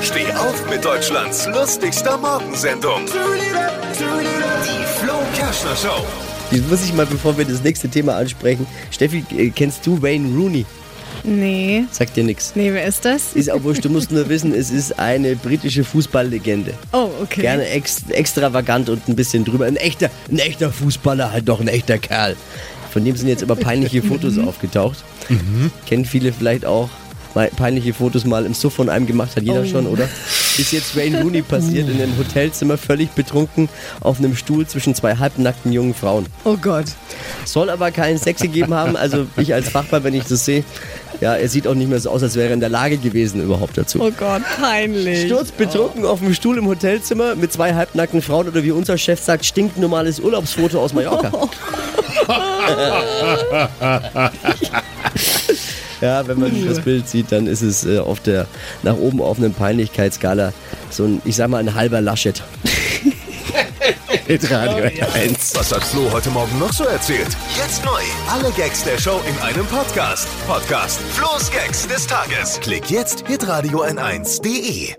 Steh auf mit Deutschlands lustigster Morgensendung. Die Flo Kerschner Show. Jetzt muss ich mal, bevor wir das nächste Thema ansprechen. Steffi, äh, kennst du Wayne Rooney? Nee. Sagt dir nichts. Nee, wer ist das? Ist auch wurscht, du musst nur wissen, es ist eine britische Fußballlegende. Oh, okay. Gerne ex extravagant und ein bisschen drüber. Ein echter, ein echter Fußballer, halt doch ein echter Kerl. Von dem sind jetzt immer peinliche Fotos aufgetaucht. Kennen viele vielleicht auch. Weil Peinliche Fotos mal im Suff von einem gemacht hat jeder schon, oder? Ist jetzt Wayne Rooney passiert in einem Hotelzimmer, völlig betrunken, auf einem Stuhl zwischen zwei halbnackten jungen Frauen. Oh Gott. Soll aber keinen Sex gegeben haben. Also ich als Fachmann, wenn ich das sehe, ja, er sieht auch nicht mehr so aus, als wäre er in der Lage gewesen überhaupt dazu. Oh Gott, peinlich. Sturzbetrunken auf dem Stuhl im Hotelzimmer mit zwei halbnackten Frauen oder wie unser Chef sagt, stinknormales Urlaubsfoto aus Mallorca. ja, wenn man das Bild sieht, dann ist es äh, auf der nach oben offenen Peinlichkeitsskala so ein, ich sag mal, ein halber Laschet. Radio 1. Was hat Flo heute Morgen noch so erzählt? Jetzt neu. Alle Gags der Show in einem Podcast. Podcast Flo's Gags des Tages. Klick jetzt, hitradio n1.de.